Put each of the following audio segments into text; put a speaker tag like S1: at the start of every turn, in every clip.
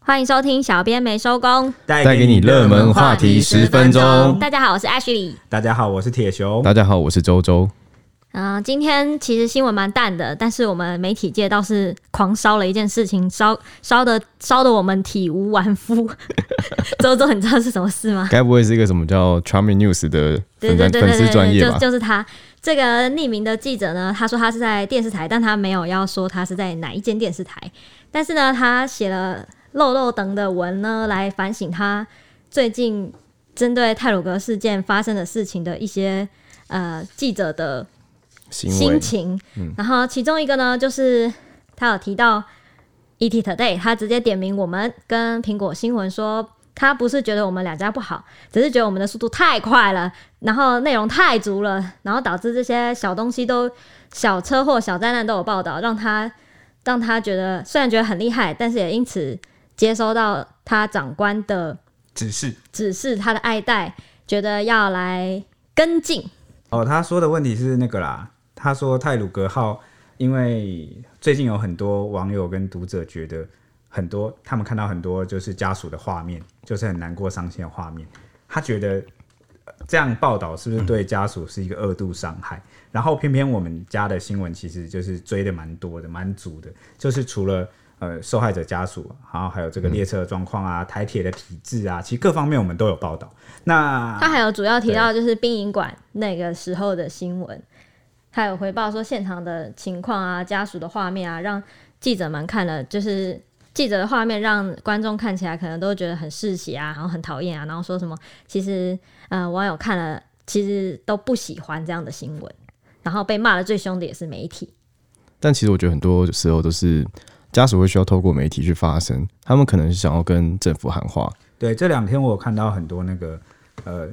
S1: 欢迎收听《小编没收工
S2: 带给你热门话题十分钟》。。
S1: 大家好，我是 Ashley。
S2: 大家好，我是铁熊。
S3: 大家好，我是周周。
S1: 嗯、今天其实新闻蛮淡的，但是我们媒体界倒是狂烧了一件事情，烧烧的烧的我们体无完肤。 周周，你知道是什么事吗？
S3: 该不会是一个什么叫 Charming News 的
S1: 对对
S3: 粉专
S1: 对
S3: 粉
S1: 对
S3: 丝
S1: 对
S3: 专
S1: 对，
S3: 业
S1: 就
S3: 吧？
S1: 就是他。这个匿名的记者呢，他说他是在电视台，但他没有要说他是在哪一间电视台。但是呢，他写了漏漏等的文呢，来反省他最近针对泰鲁格事件发生的事情的一些呃记者的
S3: 新
S1: 心
S3: 闻
S1: 情。然后其中一个呢，就是他有提到 ET Today，他直接点名我们跟苹果新闻说，他不是觉得我们两家不好，只是觉得我们的速度太快了，然后内容太足了，然后导致这些小东西都小车祸、小灾难都有报道，让他让他觉得虽然觉得很厉害，但是也因此接收到他长官的
S2: 只是
S1: 指示，他的爱戴，觉得要来跟进。
S2: 哦，他说的问题是那个啦，他说泰鲁格号，因为最近有很多网友跟读者觉得很多，他们看到很多就是家属的画面，就是很难过、伤心的画面，他觉得。呃这样报道是不是对家属是一个二度伤害？然后偏偏我们家的新闻其实就是追的蛮多的，蛮足的，就是除了呃受害者家属，然后还有这个列车的状况啊、台铁的体制啊，其实各方面我们都有报道。那
S1: 他还有主要提到就是殡仪馆那个时候的新闻，还有回报说现场的情况啊、家属的画面啊，让记者们看了，就是记者的画面让观众看起来可能都觉得很嗜血啊，然后很讨厌啊，然后说什么其实呃网友看了其实都不喜欢这样的新闻，然后被骂的最凶的也是媒体。
S3: 但其实我觉得很多时候都是家属会需要透过媒体去发声，他们可能是想要跟政府喊话，
S2: 对，这两天我有看到很多那个呃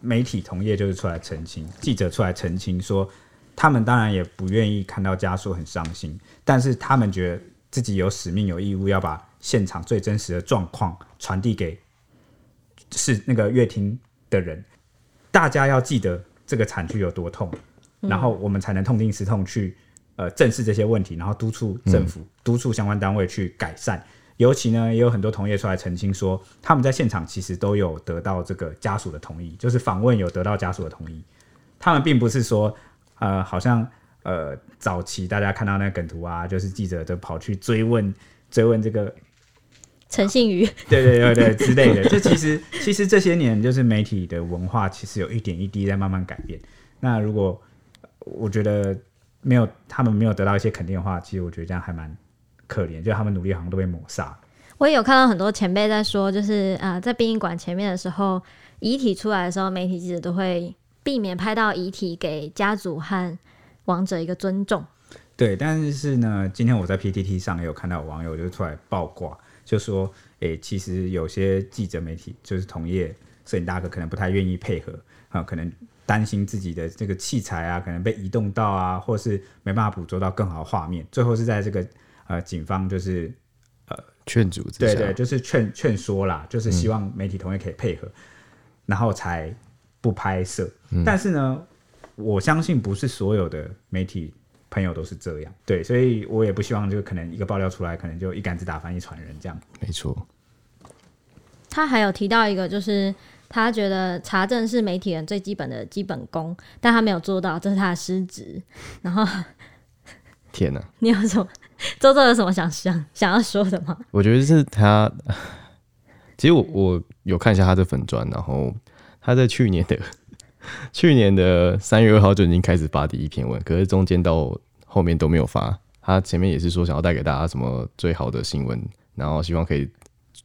S2: 媒体同业就是出来澄清，记者出来澄清说，他们当然也不愿意看到家属很伤心，但是他们觉得自己有使命有义务要把现场最真实的状况传递给是那个乐听的人，大家要记得这个惨剧有多痛，然后我们才能痛定思痛去呃正视这些问题，然后督促政府、督促相关单位去改善。尤其呢，也有很多同业出来澄清说，他们在现场其实都有得到这个家属的同意，就是访问有得到家属的同意。他们并不是说，呃，好像呃早期大家看到那个梗图啊，就是记者就跑去追问 追问这个
S1: 陈信宇，
S2: 对对对对之类的。就其实其实这些年就是媒体的文化，其实有一点一滴在慢慢改变。那如果呃我觉得没有他们没有得到一些肯定的话，其实我觉得这样还蛮可怜，就他们努力好像都被抹杀了。
S1: 我也有看到很多前辈在说，就是呃，在殡仪馆前面的时候，遗体出来的时候，媒体记者都会避免拍到遗体，给家族和亡者一个尊重。
S2: 对，但是呢，今天我在 PTT 上也有看到有网友就出来爆挂，就说，诶、其实有些记者媒体就是同业摄影大哥可能不太愿意配合啊、可能担心自己的这个器材啊，可能被移动到啊，或是没办法捕捉到更好的画面，最后是在这个呃警方就是
S3: 劝阻之
S2: 对
S3: 下，嗯
S2: 对，就是劝劝说啦，就是希望媒体同业可以配合，然后才不拍摄。
S3: 嗯
S2: 但是呢，我相信不是所有的媒体朋友都是这样，对，所以我也不希望就可能一个爆料出来，可能就一竿子打翻一船人这样。
S3: 没错。
S1: 他还有提到一个，就是他觉得查证是媒体人最基本的基本功，但他没有做到，这是他的失职。 然后
S3: 天哪、
S1: 你有什么？周周有什么想想想要说的吗？
S3: 我觉得是他， 其实我我有看一下他的粉砖，然后他在去年的 去年的三月二号就已经开始发第一篇文，可是中间到后面都没有发。他前面也是说想要带给大家什么最好的新闻，然后希望可以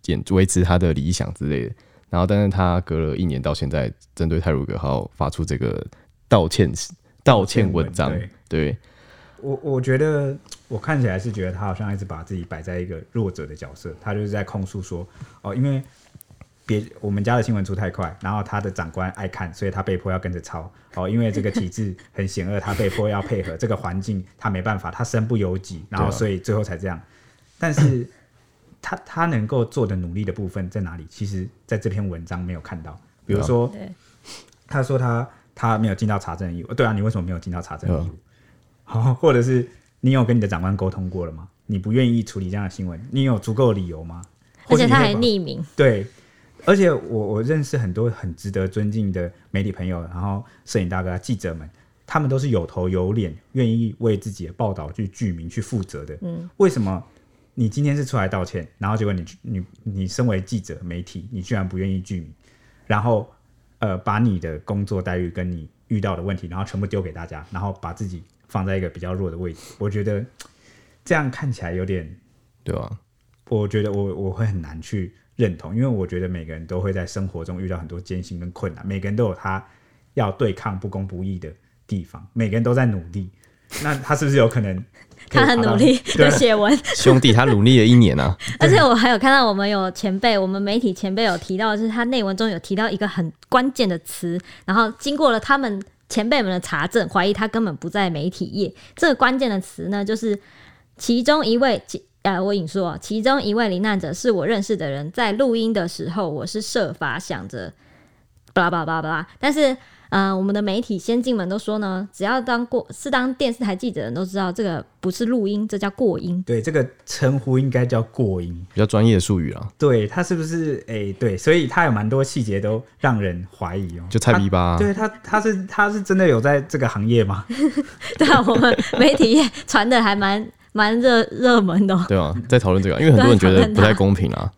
S3: 减维持他的理想之类的。然后，但是他隔了一年到现在，针对泰鲁格号发出这个道歉道歉文章，
S2: 对
S3: 对，
S2: 我我觉得我看起来是觉得他好像一直把自己摆在一个弱者的角色，他就是在控诉说，哦，因为别我们家的新闻出太快，然后他的长官爱看，所以他被迫要跟着抄。哦，因为这个体制很险恶，他被迫要配合这个环境，他没办法，他身不由己，然后
S3: 对啊
S2: 所以最后才这样。但是他他能够做的努力的部分在哪里？其实在这篇文章没有看到，比
S3: 啊
S2: 如说
S1: 对，
S2: 他说他他没有尽到查证义务，对啊，你为什么没有尽到查证义务？好、或者是你有跟你的长官沟通过了吗？你不愿意处理这样的新闻，你有足够的理由吗？
S1: 而且他
S2: 或
S1: 还
S2: 许你会把
S1: 匿名，
S2: 对，而且我我认识很多很值得尊敬的媒体朋友，然后摄影大哥、啊记者们，他们都是有头有脸，愿意为自己的报道去剧名去负责的。嗯，为什么你今天是出来道歉，然后结果你你你身为记者媒体，你居然不愿意剧名，然后呃把你的工作待遇跟你遇到的问题，然后全部丢给大家，然后把自己放在一个比较弱的位置，我觉得这样看起来有点
S3: 对啊吧、
S2: 我觉得我我会很难去认同，因为我觉得每个人都会在生活中遇到很多艰辛跟困难，每个人都有他要对抗不公不义的地方，每个人都在努 力。那他是不是有可能可以
S1: 他
S2: 爬到？
S1: 很 努力
S2: 对啊
S1: 的写文，
S3: 兄弟，他努力了一年啊，
S1: 而且我还有看到我们有前辈，我们媒体前辈有提到，就是他内文中有提到一个很关键的词，然后经过了他们前辈们的查证，怀疑他根本不在媒体业。这个关键的词呢，就是其中一位其。呃，我引述哦，其中一位罹难者是我认识的人，在录音的时候，我是设法想着，巴拉巴拉巴拉巴拉。但是，呃，我们的媒体先进们都说呢，只要当过是当电视台记者的人都知道，这个不是录音，这叫过音。
S2: 对这个称呼应该叫过音。
S3: 比较专业的术语啊，
S2: 对他是不是？哎、对，所以他有蛮多细节都让人怀疑哦。
S3: 就菜逼吧
S2: 他对他，他是他是真的有在这个行业吗？
S1: 对啊，我们媒体业传的还蛮蛮热热门 的、哦。
S3: 对吧、在讨论这个啊，因为很多人觉得不太公 平啊，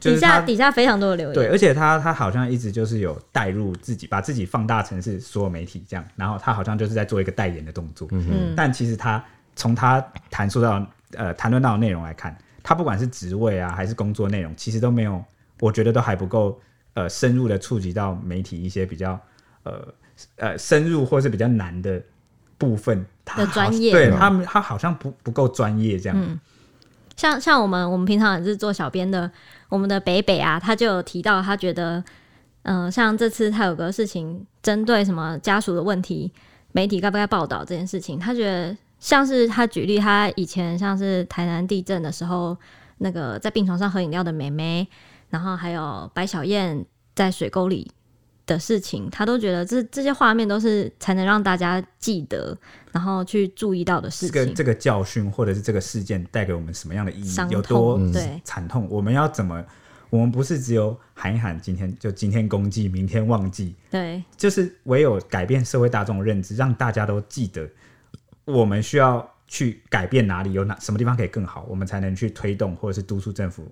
S2: 就
S1: 底
S2: 是
S1: 下
S2: 他
S1: 底下非常多的留
S2: 对，
S1: 言，
S2: 而且他他好像一直就是有带入自己，把自己放大成是所有媒体这样，然后他好像就是在做一个代言的动作。嗯但其实他从他谈述到呃谈论到的内容来看，他不管是职位啊还是工作内容，其实都没有，我觉得都还不够呃深入的触及到媒体一些比较呃呃深入或是比较难的部分。他
S1: 的
S2: 好
S1: 专业嗯
S2: 对他们他好像不不够专业这样。
S1: 像像我们我们平常也是做小编的，我们的北北啊，他就有提到，他觉得，嗯、像这次他有个事情针对什么家属的问题，媒体该不该报道这件事情，他觉得像是他举例，他以前像是台南地震的时候，那个在病床上喝饮料的妹妹，然后还有白小燕在水沟里的事情，他都觉得这这些画面都是才能让大家记得，然后去注意到的事
S2: 这个
S1: 情。
S2: 这个教训或者是这个事件带给我们什么样的意义
S1: 伤，
S2: 有多
S1: 痛对
S2: 惨痛，我们要怎么？我们不是只有喊一喊，今天就今天公祭，明天忘记，
S1: 对，
S2: 就是唯有改变社会大众的认知，让大家都记得，我们需要去改变哪里，有哪什么地方可以更好，我们才能去推动或者是督促政府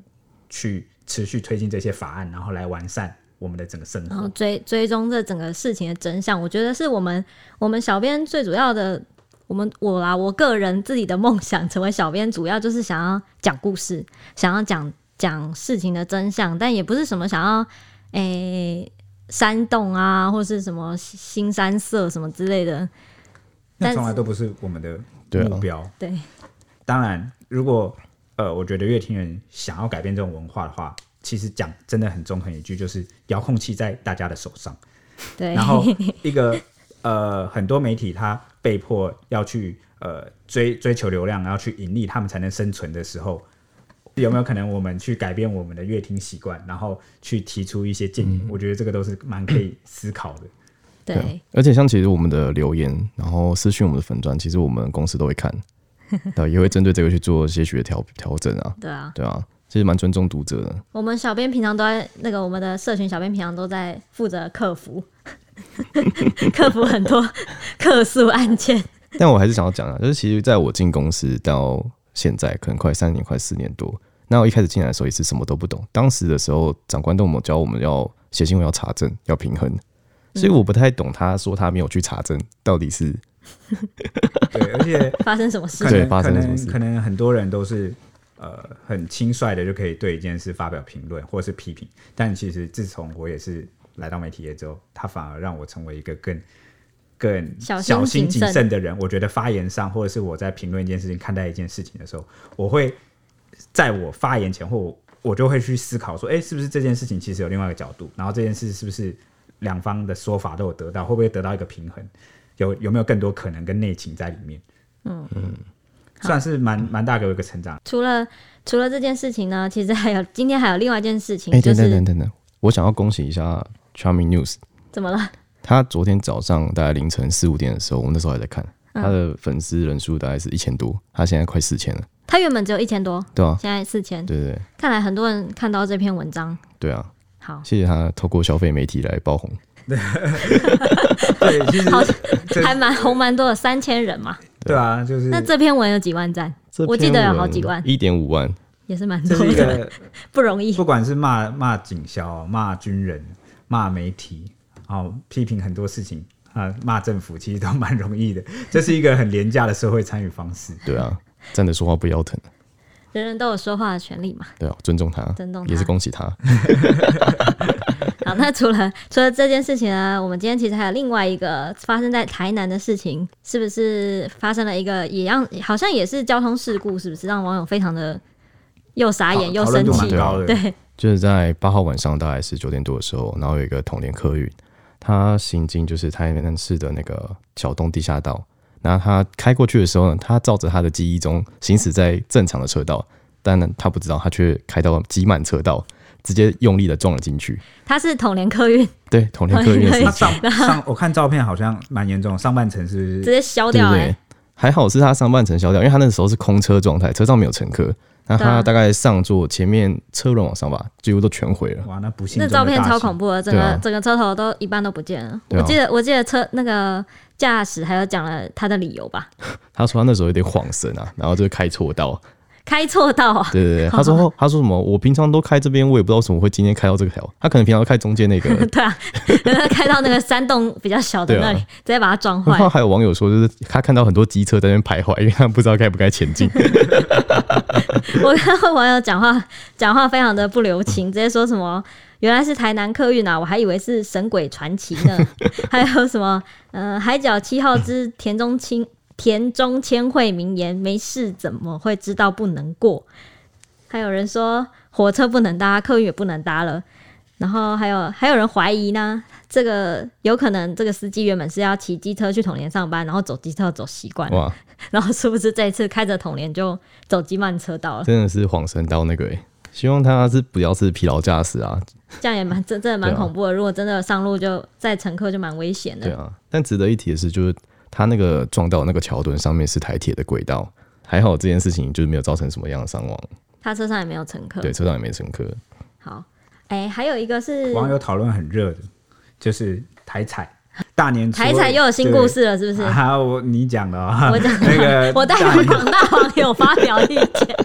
S2: 去持续推进这些法案，然后来完善我们的整个生
S1: 然后
S2: 活。
S1: 追追踪这整个事情的真相，我觉得是我们我们小编最主要的，我们我啦，我个人自己的梦想成为小编，主要就是想要讲故事，想要讲讲事情的真相，但也不是什么想要诶、煽动啊，或是什么新三色什么之类的，但
S2: 那
S1: 是
S2: 从来都不是我们的
S3: 对啊
S2: 目标。
S1: 对，
S2: 当然，如果呃，我觉得乐听人想要改变这种文化的话，其实讲真的很中肯一句，就是遥控器在大家的手上。
S1: 对，
S2: 然后一个 呃，很多媒体它被迫要去呃追追求流量，然后去盈利，他们才能生存的时候，有没有可能我们去改变我们的乐听习惯，然后去提出一些建议？我觉得这个都是蛮可以思考的。啊
S1: 对，
S3: 而且像其实我们的留言，然后私讯我们的粉砖，其实我们公司都 会看，然后也会针对这个去做些许的调调整啊，
S1: 对啊，
S3: 对啊，其实蛮尊重读者的，
S1: 我们小编平常都在那个我们的社群小编平常都在负责客服， 客服很多 客诉案件。
S3: 但我还是想要讲啊，就是其实在我进公司到现在，可能快三年、快四年多。那我一开始进来的时候也是什么都不懂，当时的时候长官都我们教我们要写新闻要查证要平衡，
S1: 嗯
S3: 所以我不太懂他说他没有去查证到底是
S2: 对，而且
S1: 发生什么事
S2: 可？
S3: 对
S2: 能
S3: 发
S2: 可
S3: 生了什么
S2: 能
S3: 事
S2: 可能很多人都是呃很轻率的就可以对一件事发表评论或是批评，但其实自从我也是来到媒体业之后，它反而让我成为一个更更
S1: 小心
S2: 小心
S1: 谨
S2: 谨
S1: 慎
S2: 慎的人。我觉得发言上，或者是我在评论一件事情、看待一件事情的时候，我会在我发言前或我我就会去思考说，哎、是不是这件事情其实有另外一个角度？然后这件事是不是两方的说法都有得到，会不会得到一个平衡？有有没有更多可能跟内情在里面？
S1: 嗯
S2: 算是蛮蛮大给我一个成长。
S1: 除了除了这件事情呢，其实还有今天还有另外一件事情，
S3: 哎、
S1: 就
S3: 等等
S1: 是
S3: 等等等，我想要恭喜一下 Charming News，
S1: 怎么了？
S3: 他昨天早上大概凌
S1: 嗯
S3: 晨四五点的时候，我那时候还在看，他的粉丝人数大概是一千多，他现在快四千了，
S1: 它原本只有一千多，
S3: 对啊，
S1: 现在四千。
S3: 对对对
S1: 看来很多人看到这篇文章，
S3: 对啊，
S1: 好，
S3: 谢谢他透过消费媒体来爆红。
S2: 对，其实
S1: 好
S2: 这
S1: 还蛮红蛮多的，三千人嘛。
S2: 对啊，就是
S1: 那这篇文有几万赞，我记得有好几万，
S3: 一点五万，
S1: 也是蛮
S2: 这
S1: 多
S2: 是一
S1: 的，
S2: 个
S1: 不容易。
S2: 不管是骂骂警校、骂军人、骂媒体，哦，批评很多事情啊、骂政府，其实都蛮容易的。这是一个很廉价的社会参与方式。
S3: 对啊，站着说话不腰疼，
S1: 人人都有说话的权利嘛。
S3: 对啊，尊重他，
S1: 尊重他
S3: 也是恭喜他。
S1: 好，那除了除了这件事情呢，我们今天其实还有另外一个发生在台南的事情，是不是发生了一个也让好像也是交通事故，是不是让网友非常的又傻眼又
S2: 讨论
S1: 啊生
S2: 度蛮
S1: 气？
S3: 啊
S2: 高的，
S1: 对，
S3: 就是在八号晚上大概是九点多的时候，然后有一个统联客运，它行经就是台南市的那个小东地下道，然后它开过去的时候呢，它照着它的记忆中行驶在正常的车道，但呢它不知道它却开到挤满车道，直接用力的撞了进去。
S1: 他是统联客运
S3: 对，统联客
S1: 哎
S3: 运的司
S2: 他
S3: 机，
S2: 上上，我看照片好像蛮严重，上半程是
S1: 直
S2: 不是
S1: 接消
S3: 对
S1: 掉
S3: 不
S1: 哎、
S3: 对？还好是他上半程消掉，因为他那时候是空车状态，车上没有乘客。那
S1: 对
S3: 他
S1: 啊
S3: 大概上座前面车轮往上吧，几乎都全毁了。
S2: 哇，那不幸
S1: 那
S2: 中的
S1: 照片
S2: 大
S1: 超
S2: 幸
S1: 恐怖的，整个、
S3: 对啊
S1: 整个车头都一半都不见了。
S3: 对
S1: 我
S3: 啊
S1: 记得我记得车那个驾驶还有讲了他的理由吧，
S3: 他说他那时候有点晃神啊，然后就开错道。
S1: 开错道啊，
S3: 对对对，他说他说什么？我平常都开这边，我也不知道为什么会今天开到这个条。他可能平常开中 间那个。
S1: 对啊， 开到那个山洞比较小的那里，
S3: 对啊
S1: 直接把它撞
S3: 然
S1: 坏
S3: 后。还有网友说，就是他看到很多机车在那边徘徊，因为他不知道该不该 前进。
S1: 我看到网友讲话讲话非常的不留情，直接说什么原来是台南客运啊，我还以为是神鬼传奇呢， 还有什么呃海角七号之田中清田中千惠名言，没事怎么会知道不能过？还有人说火车不能搭，客运也不能搭了。然后还有还有人怀疑呢，这个有可能这个司机原本是要骑机车去统联上班，然后走机车走习惯了，
S3: 哇，
S1: 然后殊不知这一次开着统联就走机慢车道了，
S3: 真的是晃神到那个、欸。希望他是不要是疲劳驾驶啊，
S1: 这样也蛮真真的蛮
S3: 对啊
S1: 恐怖的。如果真的上路就载乘客就蛮危险
S3: 对
S1: 的。
S3: 啊，但值得一提的是，就是他那个撞到那个桥墩上面是台铁的轨道，还好这件事情就是没有造成什么样的伤亡，
S2: 嗯
S1: 他车上也没有乘客。
S3: 对，车上也没乘客。
S1: 好，哎、还有一个是
S2: 网友讨论很热的，就是台彩大年初二
S1: 台彩又有新故事了，是不是
S2: 对。？啊，我你讲的啊，
S1: 我讲
S2: 那个
S1: 我代
S2: 大
S1: 表广大网友发表意见，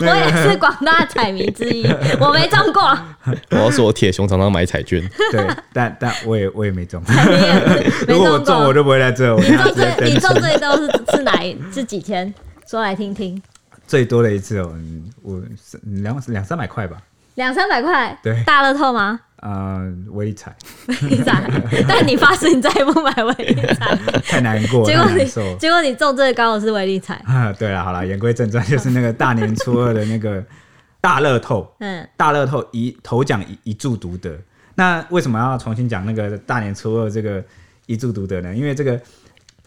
S1: 我
S2: 那个
S1: 也是广大彩迷之 一，我没中过，
S3: 我要说铁熊常常买彩 券，
S2: 对，但但我也我也没中，
S1: 你也没
S2: 如果我
S1: 中
S2: 中我
S1: 过。
S2: 就不会在这，我
S1: 你
S2: 现在
S1: 中
S2: 直接
S1: 这
S2: 登
S1: 你
S2: 记
S1: 中这一周是是哪一是几天？说来听听，
S2: 最多的一次哦，嗯我是两两三百块吧，
S1: 两三百块，
S2: 对
S1: 大乐透吗？
S2: 呃，威力彩
S1: 威彩，但你发誓你再也不买威力彩，
S2: 太难过，
S1: 结
S2: 太
S1: 果
S2: 难受 了
S1: 你。结果你中最高的是威力彩，
S2: 啊，对了，好了，言归正传，就是那个大年初二的那个 大乐透，
S1: 嗯，
S2: 大乐透一头奖一一注独得。那为什么要重新讲那个大年初二这个一注独得呢？因为这个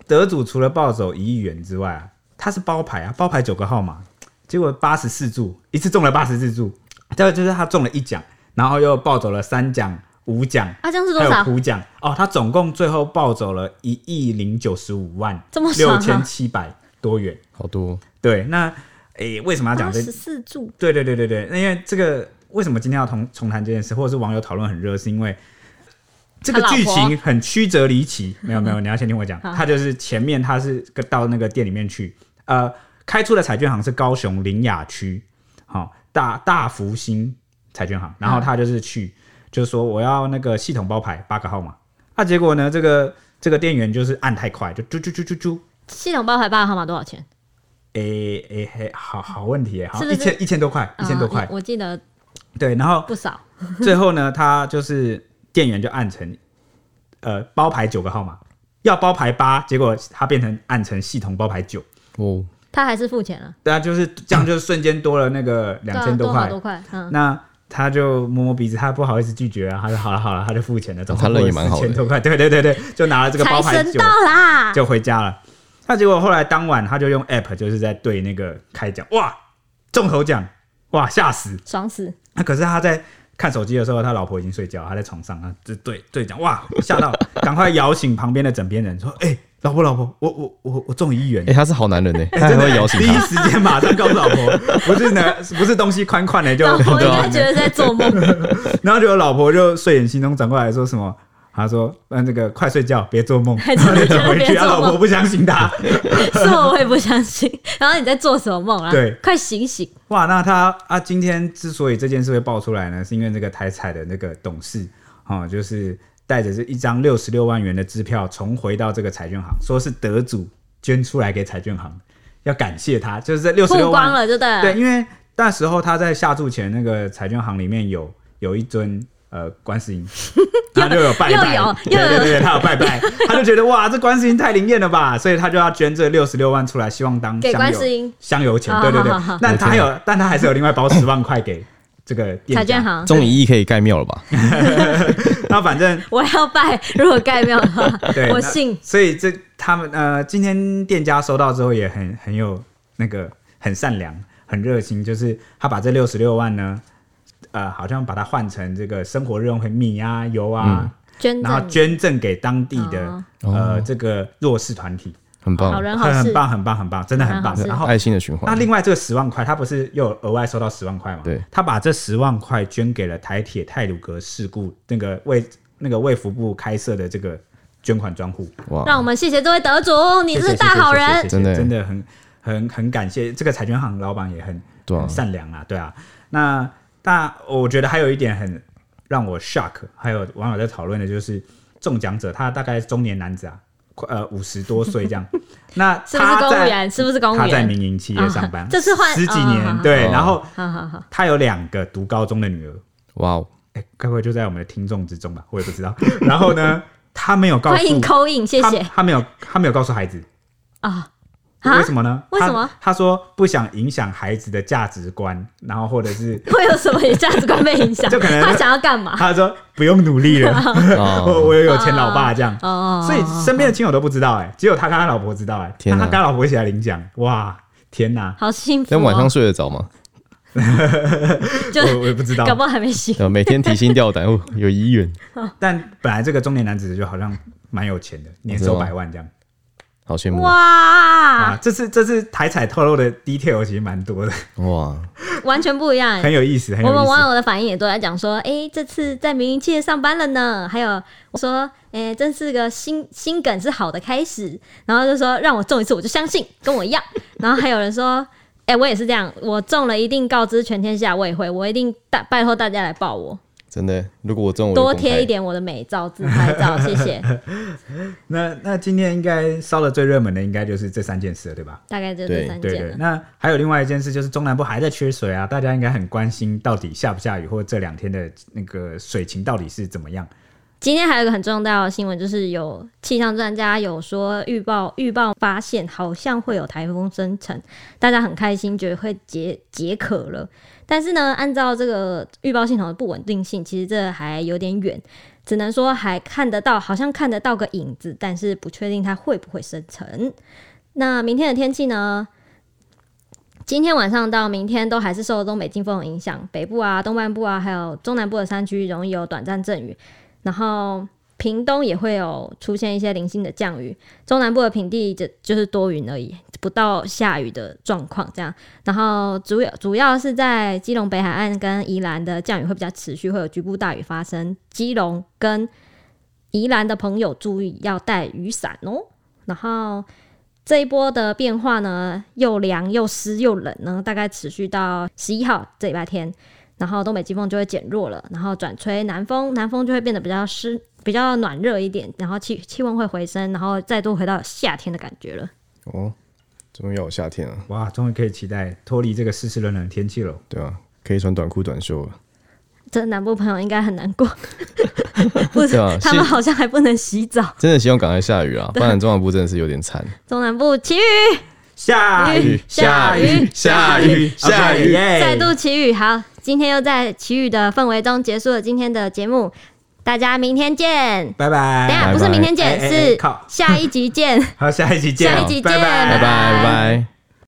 S2: 得主除了暴走一亿元之外啊，他是包牌啊，包牌九个号码，结果八十四注，一次中了八十四注，再有就是他中了一奖，然后又暴走了三奖、五奖。
S1: 啊，这样是多
S2: 还有
S1: 少？
S2: 普奖哦，他总共最后暴走了一亿零九十五万
S1: 这么爽
S2: 六
S1: 啊
S2: 千七百多元。
S3: 好多
S2: 对，那诶、为什么要
S1: 八
S2: 讲这
S1: 啊十四注，
S2: 对对对对对，那因为这个为什么今天要重重谈这件事，或者是网友讨论很热，是因为这个
S1: 他老
S2: 剧
S1: 婆
S2: 情很曲折 离奇。没有没有，你要先听我讲，
S1: 好
S2: 他就是前面他是到那个店里面去，呃，开出的彩券行是高雄林雅区，好、大大福星彩券行，然后他就是去，就是说我要那个系统包牌八个号码，啊，结果呢这个。这个店员就是按太快，就啾啾啾啾啾，
S1: 系统包牌八个号码多少钱？
S2: 诶诶嘿，好好问题耶，好
S1: 是不
S2: 一
S1: 是
S2: 千一千多块，一千多块
S1: 啊，我我记得
S2: 对，然后
S1: 不少。
S2: 最后呢，他就是店员就按成呃包牌九个号码，要包牌八，结果他变成按成系统包牌九，
S3: 哦，
S1: 他还是付钱了，
S2: 对啊，就是这样，就是瞬间多了那个
S1: 对
S2: 两
S1: 啊
S2: 千多
S1: 好
S2: 块。
S1: 多块，嗯，
S2: 那他就摸摸鼻子，他不好意思拒绝啊，他说好了好了，他就付钱了，总
S3: 他
S2: 共
S3: 人也蛮好
S2: 四
S3: 的
S2: 千多块，对对对对，就拿了这个包
S1: 财
S2: 牌
S1: 神
S2: 九
S1: 到啊啦！
S2: 就回家了。那结果后来当晚他就用 app 就是在对那个开奖，哇，中头奖，哇吓死！
S1: 爽死！
S2: 那啊可是他在看手机的时候，他老 婆已经睡觉，他在床上啊，他就对对讲，哇，吓到，赶快摇醒旁边的枕边人，说：“哎、老婆老婆，我我我我中一元
S3: 哎、，他是好男人呢、他还
S2: 真的
S3: 会邀请
S2: 第一
S3: 他。
S2: 时间马上告诉老 婆，不是呢，不是东西宽宽的就
S1: 老婆应
S2: 就
S1: 该觉得在做 梦，
S2: 然后结果老婆就睡眼惺忪转过来说什么？她说：“那这个快睡觉，别做梦。”
S1: 还
S2: 然
S1: 真
S2: 后
S1: 的
S2: 就
S1: 觉
S2: 转
S1: 得
S2: 回
S1: 别
S2: 去，
S1: 做
S2: 她老婆
S1: 梦
S2: 不相信他。
S1: 是我我也不相信。然后你在做什么梦啊？
S2: 对
S1: 快醒醒！
S2: 哇，那他啊，今天之所以这件事会爆出来呢，是因为这个台彩的那个董事哦，就是带着这一张六十六万元的支票重回到这个彩券行，说是得主捐出来给彩券行，要感谢他，就是这六十
S1: 曝
S2: 六
S1: 光
S2: 万。
S1: 了就对了。
S2: 对，因为那时候他在下注前，那个彩券行里面有有一尊呃 观世音，他就有拜拜，
S1: 又有
S2: 对
S1: 又有
S2: 对对，他有 拜拜，他就觉得哇，这观世音太灵验了吧，所以他就要捐这六十六万出来，希望当
S1: 给
S2: 香
S1: 观
S2: 油
S1: 世音
S2: 香油钱，
S1: 哦
S2: 对对对
S1: 好好好。
S2: 但他还有，但他还是有另外包十万块给这个店家
S1: 彩券。行，
S3: 中一亿可以盖庙了吧？
S2: 那反正
S1: 我要拜，如果盖庙的话
S2: 对，，
S1: 我
S2: 那
S1: 信。
S2: 所以这他们呃，今天店家收到之后也很很有那个很善良、很热心，就是他把这六十六万呢，呃，好像把它换成这个生活日用品米啊、油啊，
S3: 嗯
S1: 捐
S2: 然后
S1: 赠
S2: 捐赠给当地的、
S3: 哦
S2: 呃这个弱势团体，
S3: 很棒，
S1: 好人好
S2: 很
S1: 事
S2: 很，棒、很棒、很棒，真的很棒。
S1: 是
S2: 然后
S3: 爱心的循
S2: 那
S3: 环。
S2: 另外这个十万块，他不是又有额外收到十万块吗？
S3: 对，
S2: 他把这十万块捐给了台铁泰鲁阁事故那个卫那个卫福部开设的这个捐款专户。
S1: 让
S3: 哇，
S1: 我们谢谢这位得主，你
S2: 谢
S1: 是
S2: 谢
S1: 大好
S2: 谢谢
S1: 人
S2: 谢谢。
S3: 真的
S2: 真的很很很感谢这个彩券行老板也很
S3: 对啊
S2: 很善良啊，对啊。那那我觉得还有一点很让我 shock，还有网友在讨论的就是中奖者他大概中年男子啊，快呃五十多岁这样， 那
S1: 是不是
S2: 他
S1: 公务
S2: 在
S1: 员？是不是公务员？
S2: 他在民营企业上班
S1: 啊，这是换
S2: 十几
S1: 哦
S2: 年
S1: 好好，
S2: 对，
S3: 好
S2: 然后
S1: 好好好，
S2: 他有两个读高中的女儿，
S3: 哇哦，
S2: 哎，该不会就在我们的听众之中吧？我也不知道。 然后呢，他没有告
S1: 欢
S2: 诉
S1: 迎，扣印，谢
S2: 他
S1: 谢
S2: 他没有他没有告诉孩子，
S1: 啊
S2: 为
S1: 啊！
S2: 什么呢？
S1: 为什么
S2: 他？他说不想影响孩子的价值观，然后或者 是
S1: 会有什么价值观被影响？
S2: 就可能
S1: 他想要干嘛？
S2: 他说不用努力了， 我
S3: 哦
S2: 我也有钱老爸这样。
S1: 哦，
S2: 所以身边的亲友都不知道哎、只有他跟他老婆知道哎、
S3: 天
S2: 那
S3: 哪
S2: 他跟他老婆一起来领奖，哇，天 哪！
S1: 好幸福
S3: 那
S1: 哦。
S3: 晚上睡得着吗？
S1: 就
S2: 我我也不知道
S1: 搞，不好还没 醒，
S3: 呃，每天提心吊胆，哦，有医院，
S2: 但本来这个中年男子就好像蛮有钱的，年收百万这样
S3: 好羡慕
S2: 啊
S1: 哇，。
S2: 这次这次台彩透露的 detail 其实蛮 多的，
S3: 哇！
S1: 完全不一样。
S2: 很有意思，很有
S1: 我们
S2: 意
S1: 网
S2: 思。
S1: 友的反应也都在讲说，哎、这次在民营企业上班了呢。还有说，哎、真是个新新梗是好的开始。然后就说让我中一次我就相信，跟我一样。 然后还有人说，哎、我也是这样，我中了一定告知全天下，我也会，我一定大拜托大家来抱我，
S3: 真的，如果我中，我就
S1: 多
S3: 公开
S1: 贴一。点我的美照、自拍照，谢谢。
S2: 那那今天应该烧的最热门的应该就是这三件事了，对吧？
S1: 大概就这三
S2: 对
S1: 件
S2: 对
S1: 了，。
S2: 那还有另外一件事，就是中南部还在缺水啊，大家应该很关心到底下不下雨，或者这两天的那个水情到底是怎么样。
S1: 今天还有一个很重要的新闻，就是有气象专家有说预报预报发现好像会有台风生成，大家很开心，觉得会解解渴了。但是呢，按照这个预报系统的不稳定性，其实这还有点远，只能说还看得到，好像看得到个影子，但是不确定它会不会生成。那明天的天气呢？今天晚上到明天都还是受东北季风的影响，北部啊、东半部啊，还有中南部的山区容易有短暂阵雨。然后屏东也会有出现一些零星的降雨，中南部的平地就就是多云而已，不到下雨的状况这样。然后主要主要是在基隆北海岸跟宜兰的降雨会比较持续，会有局部大雨发生。基隆跟宜兰的朋友注意要带雨伞哦。然后这一波的变化呢，又凉又湿又冷呢，大概持续到十一号这礼拜天。然后东北季风就会减弱了，然后转吹南风，南风就会变得比较湿、比较暖热一点，然后气气温会回升，然后再度回到夏天的感觉了。
S3: 哦，终于要有夏天了，
S2: 哇，终于可以期待脱离这个湿湿冷冷的天气了。
S3: 对啊，可以穿短裤短袖了，
S1: 这南部朋友应该很难过， 不是
S3: 对啊？
S1: 他们
S3: 是
S1: 好像还不能洗澡。
S3: 真的希望赶快下雨啊，不然中南部真的是有点惨。
S1: 中南部祈雨，
S2: 下雨，
S1: 下雨
S3: 下雨，下雨，
S1: 再
S2: 耶！
S1: 度祈雨。好，今天又在祈雨的氛围中结束了今天的节目，大家明天见。
S2: 拜
S1: 等一下
S2: 拜。
S1: 不是明天见，
S2: 哎哎哎
S1: 是
S2: 靠
S1: 下一集见。
S2: 好，下一集见，哦
S1: 下一集见
S2: 拜拜
S3: 拜拜拜拜。